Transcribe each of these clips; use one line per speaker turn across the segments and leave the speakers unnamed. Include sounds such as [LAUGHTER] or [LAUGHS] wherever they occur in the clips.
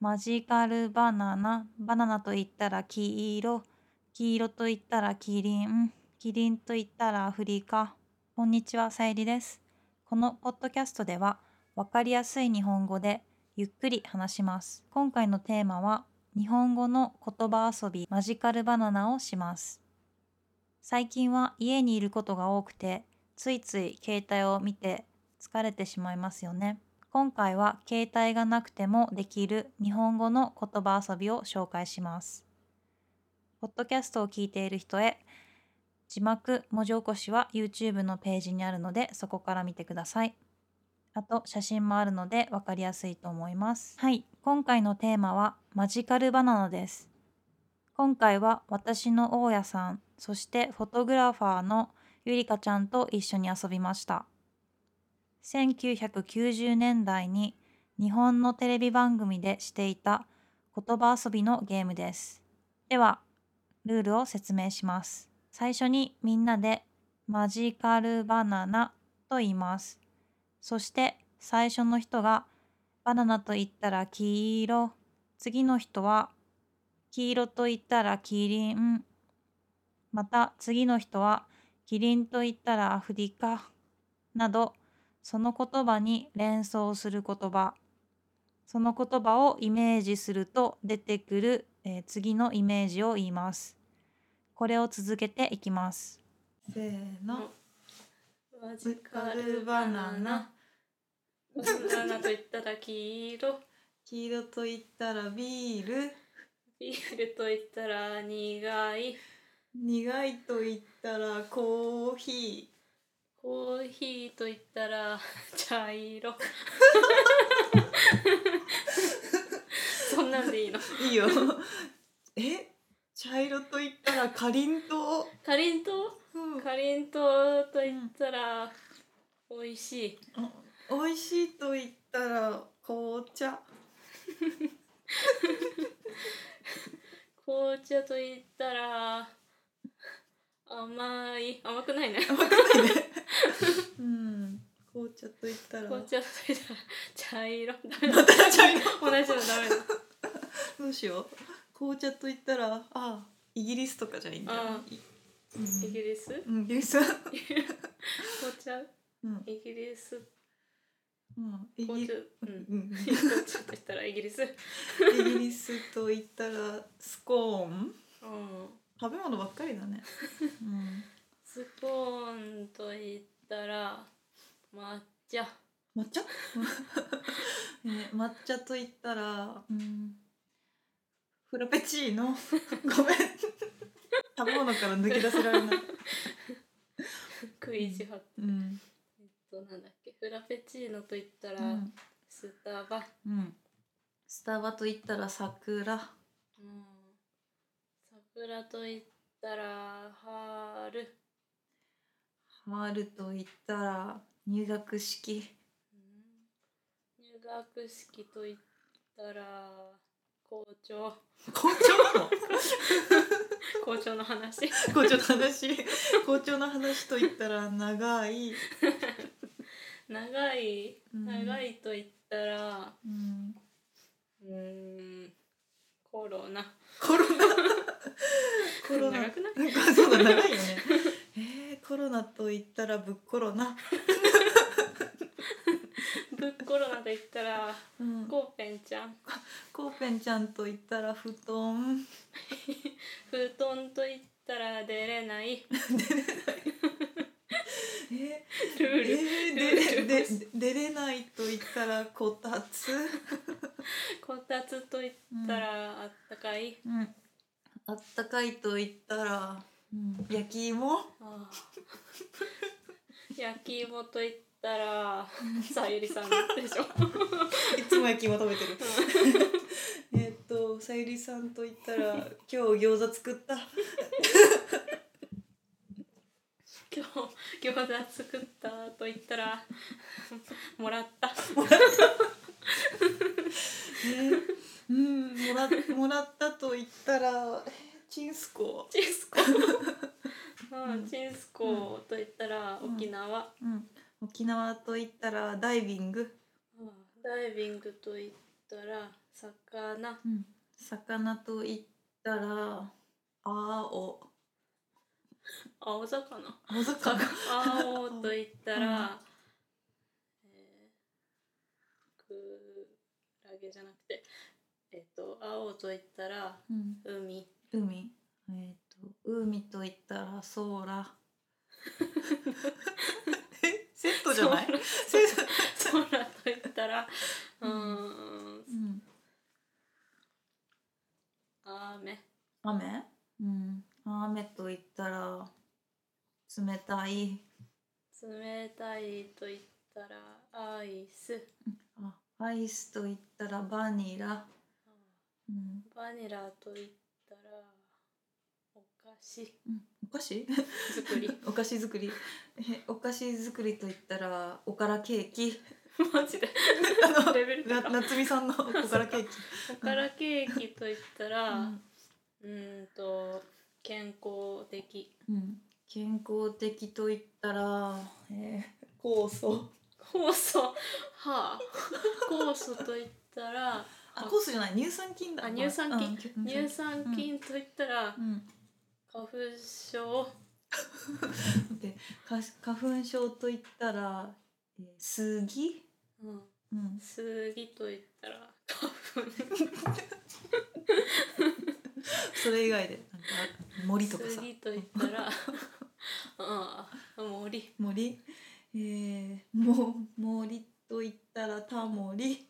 マジカルバナナ、バナナと言ったら黄色、黄色と言ったらキリン、キリンと言ったらアフリカ。こんにちは、さゆりです。このポッドキャストでは、わかりやすい日本語でゆっくり話します。今回のテーマは、日本語の言葉遊び、マジカルバナナをします。最近は家にいることが多くて、ついつい携帯を見て疲れてしまいますよね。今回は携帯がなくてもできる日本語の言葉遊びを紹介します。ポッドキャストを聞いている人へ、字幕、文字起こしは YouTube のページにあるのでそこから見てください。あと写真もあるので分かりやすいと思います。はい、今回のテーマはマジカルバナナです。今回は私の大家さん、そしてフォトグラファーのゆりかちゃんと一緒に遊びました。1990年代に日本のテレビ番組でしていた言葉遊びのゲームです。では、ルールを説明します。最初にみんなでマジカルバナナと言います。そして最初の人がバナナと言ったら黄色、次の人は黄色と言ったらキリン、また次の人はキリンと言ったらアフリカなどその言葉に連想する言葉その言葉をイメージすると出てくる、えー次のイメージを言いますこれを続けていきます
せーの、
マ
ジカルバナナ。
バナナと言ったら黄色、
黄色と言ったらビール、
ビールと言ったら苦い、
苦いと言ったらコーヒ
コーヒーと言ったら茶色。そんなんでいいの。
ー。い
[LAUGHS]
いよ。え、茶色と言ったらかりんと
かりんと
う。
う、
うん
かりんとうと言ったら美味しい。
お美味しいと言ったら紅
[LAUGHS]
茶。
紅茶と言ったら甘い。甘くないね。
うん。紅茶と言ったら。
紅茶と言ったら茶色。ダメだ。
また茶色。
同じのダメだ。
[LAUGHS] どうしよう。紅茶と言ったら、ああ、イギリスとかじゃいいんだ。
あ
い
イギリス
うん、イギリス。
紅茶
うん。
イギリス
うんイギ
紅
リ
茶
ス。
う
うんん。うん
紅茶と言ったらイ
[LAUGHS]
ギリスうん
イギリスと言ったらスコーン食べ物ばっかりだね、
スコーンと言ったら抹茶
うん、抹茶、ね、抹茶と言ったら、うん、フラペチーノごめん食べ物から抜け出せられない、
食い地発
うん
となんだっけフラペチーノと言ったら
うん
スタバ
うん、スタバと言ったら桜
うん桜と言ったら春
春と言ったら入学式
うん入学式と言ったら校長
校長の
校長
[LAUGHS]
の話
校長の話校長の話と言ったら長い、
長い
うん
長いと言ったら
うん
うーんコロナ [LAUGHS]
コロナコロナ
長くな
そうだ長い
[LAUGHS]
よねえー、コロナと言ったらぶっコロナ、
ぶっコロナと言ったら
うん、
コーペンちゃん
コーペンちゃんと言ったら布団
布団と言ったら出れない
え
ルー
ー、
ル
えー、ででで出れないと言ったらこたつ、
こたつと言っ
うん
たらあったかい、
うんあったかいと言ったら、うん、焼き芋
あー焼き芋と言ったらさゆりさんでしょ
いつも焼き芋食べ
[LAUGHS]
てるえっとさゆりさんと言ったら今日餃子作った
今日餃子作ったと言ったらもらった
ねうん、もらもらったと言ったらえチンスコ、
チンスコうんチンスコと言ったら沖縄、
うん、沖縄と言ったらダイビング
ダイビングと言ったら魚
うん、魚と言ったら [LAUGHS] 青
青魚
青魚
青と言ったら、えークラゲじゃなくてえっ、と青と言ったら
うん
海
海えっ、と海と言ったら空 [LAUGHS] えセットじゃない
空
セット
空と言ったらうーん
うん
雨
雨うん雨と言ったら冷たい
冷たいと言ったらアイス
あアイスと言ったらバニラうん
バニラと言ったらお菓子
うんお菓子 [LAUGHS]
作り
お菓子作りえお菓子作りと言ったらおからケーキ
[LAUGHS] マジで
あの
レベル
な
高い
夏美さんのおからケーキ
おからケーキと言った
う
ら
ん
うーんと健康的
うん健康的と言ったら、えー、酵素
酵素はあ酵素と言ったら
あ酵素じゃない乳酸菌だ
あ乳酸菌
うん
乳酸菌と言ったら
うん
花粉症
で花花粉症と言ったら、えー、杉
うん
うん
杉と言ったら花
それ以外でなんか森と
粉
かさ
杉と言っ
[LAUGHS]
たらああ森
森えー、も森と言ったらタモリ、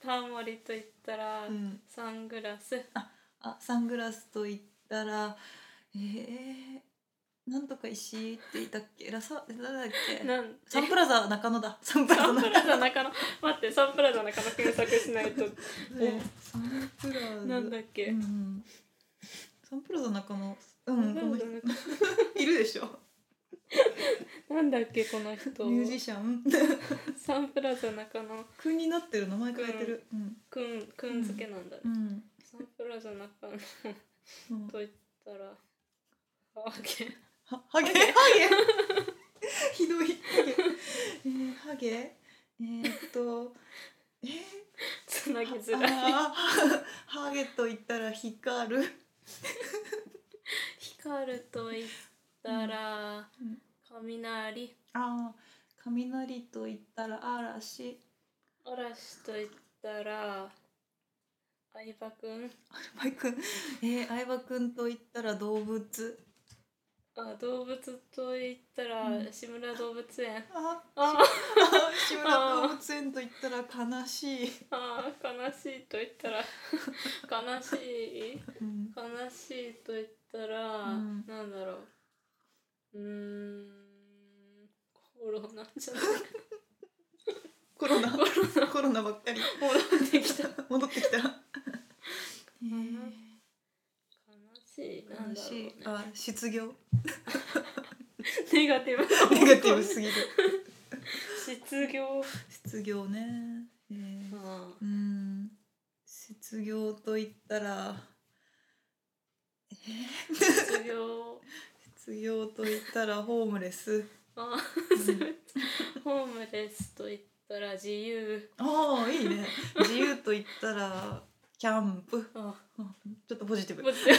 タモリと言ったら
うん、
サングラス
あサングラスと言ったらえー、なんとか石って言ったっけラサなんだっけ
なん
サンプラザ中野だサンプラザ
サンプ
中
ラザ中野待ってサンプラザ中野検索しないと
野うんサンプラザ
なんだっけ、
うんうん、サンプラザ中野う
なんんだ
この人
なんだ
いるでしょ
なんだっけこの人
ミュージシャン
サンプラザ中野
君になってる名前変えてるうん
くんくん付けなんだね、
うん、
サンプラザ中野
うん
と言ったらハーゲン
はハゲハゲ
[LAUGHS]
ひどいハゲえー、ハゲえー、っとえー、
つなぎづらい
あーハゲと言ったら光る
光ると言ったら
うん
雷
あー雷と言ったら嵐
嵐と言ったら相葉くん
マイくんえー、相葉くんと言ったら動物
あ動物と言ったら
うん
志村動物園
あ [LAUGHS]
あ
あ志村動物園と言ったら悲しい、
あー悲しいと言ったら悲しい
うん、
悲しいと言ったら、
うん
なんだろううーんコロナじゃない
コロナコロナばっかり
戻ってきた悲
戻ってきたら、え
しいな
悲
んだろう、
しい
ね、
あ失業
ネガティブ
ネガティブすぎる
失業
失業ね、えー
あ
うん失業と言ったら
失業
失業と言ったらホームレス
あ [LAUGHS] ホームレスと言ったら自由
ああいいね [LAUGHS] 自由と言ったらキャンプ
あ
あちょっとポジティブ
待って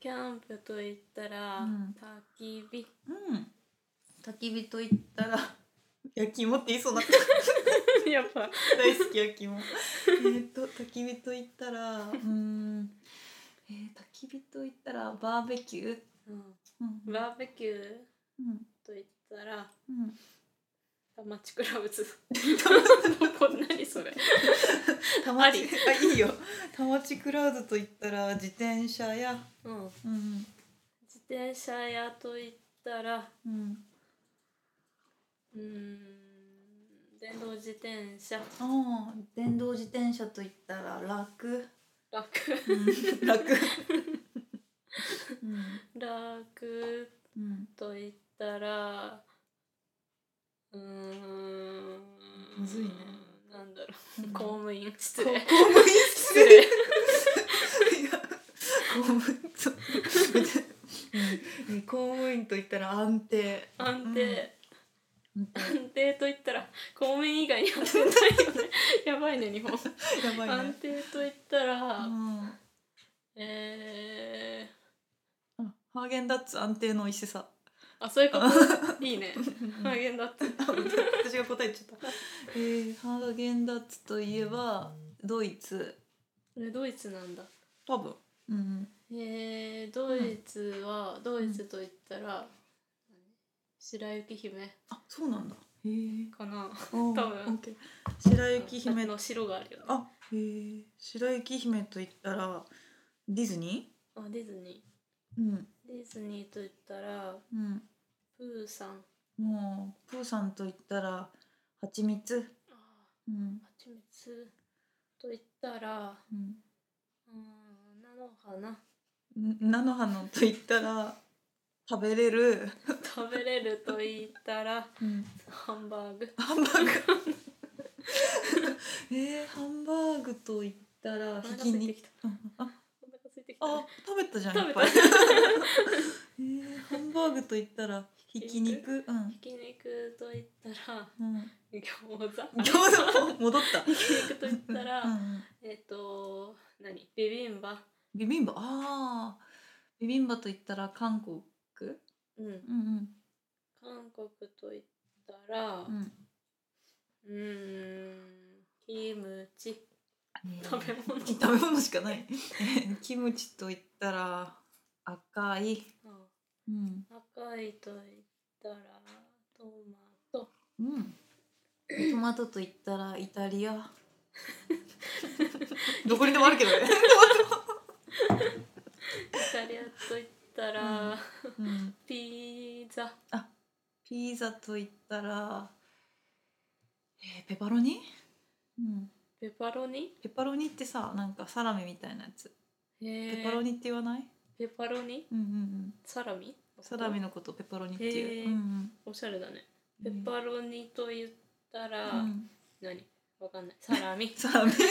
キャンプと言ったら、
うん
焚き火
うん焚き火と言ったら焼き芋って言いそうになった
[LAUGHS] やっぱ
大好き焼 [LAUGHS] き芋えっと焚き火と言ったらうーん、えー、焚き火と言ったらバーベキュー、
うん
うん、
バーベキュー
うん
と言ったら
うん
マチクラ
[LAUGHS]
ブズこんなにそれ
たま
あ
ち
り
あいいよたまちクラウドと言ったら自転車や
うん
うん
自転車屋と言ったら
うん
うーん電動自転車
ああ電動自転車と言ったら楽、
楽
うん、楽うん
楽
うん
と言ったらうーん
むずいね
なんだろ
うん
う公務員
公
失
務
礼
員失礼
失礼
いや公務員そううん公務員と言ったら安定
安定、
うん [LAUGHS]
安定と言ったら公務員以外には当てないよねばいね日本
やばい
安
ね。
定と言った
う
ら、
ん。
え
ハーゲンダッツ安定の美味しさ。
ー、あそうい
[LAUGHS]
うこといいねハー
私
ゲンダッツ
が答えちゃった。えー、ハーゲンダッツといえばドイツ。
これドイツなんだ
多分。うん。
えー、ドイツは、ドイツと言ったら、白雪姫
あ、そうなんだ。へえ。
かな
多
多分
白雪姫
の白があるよね
あ、へえ。白雪姫と言ったらディズニ
あディズニ
ー？うん。
ーディズニーと言ったら
うん。
プーさん
もうプーさんと言ったら蜂蜜。
あ
うん
ー。蜂蜜と言ったら
うん。
うーん菜の花
ん菜の花と言ったら食べれる、
食べれると言ったらハンバーグ
ハンバーグ [LAUGHS] えー、ハンバーグと言ったら
お
ひ
腹空
き
いて
肉
きた
あ
お腹空いてきたね
あ食べたじゃん
食
い
べ
ったぱ [LAUGHS] いえー、ハンバーグと言ったらひき肉うん
ひき肉と言ったら
うん、
餃子
餃子戻った [LAUGHS]
ひき肉と言ったら、
うんうん、
えっ、と何ビビンバ
ビビンバあービビンバと言ったら韓国
うん
うん
韓国と言ったら
うんうん
うーんキムチ食べ物
食べ物しかないキムチと言ったら赤い、
あ
うん、
赤いと言ったらトマト
うん。トマトと言ったらイタリア。 [LAUGHS] どこにでもあるけどね。
イタリアと言ったら、
うんうん、
ピザ
ピザと言ったら、えーペパロニ、うん、
ペパロニ
ペパロニってさなんかサラミみたいなやつ。
ペ
ペパロニって言わない？
ペパロニ
うんうんうん。
サラミ
サラミのことをペパロニっていう。
へー
うん
おしゃれだね
う
ペ
ん、
パロニと言ったら、
うん
何わかんないサラミ
[LAUGHS] サラミ。 [LAUGHS]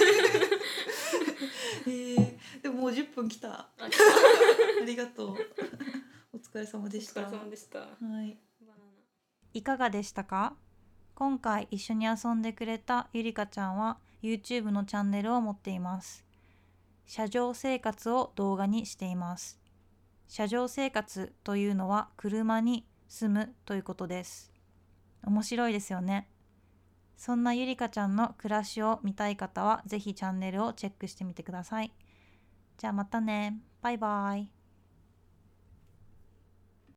えー、でももう10分来た。
あ
ありがとう。お疲れ様
お
でし
疲
た。
れ様
[LAUGHS]
でしたバ
はい。
ナナ
いかがでしたか今回一緒に遊んでくれたゆりかちゃんは YouTube のチャンネルを持っています。車上生活を動画にしています。車上生活というのは車に住むということです。面白いですよね。そんなゆりかちゃんの暮らしを見たい方はぜひチャンネルをチェックしてみてください。じゃあまたね。バイバイ。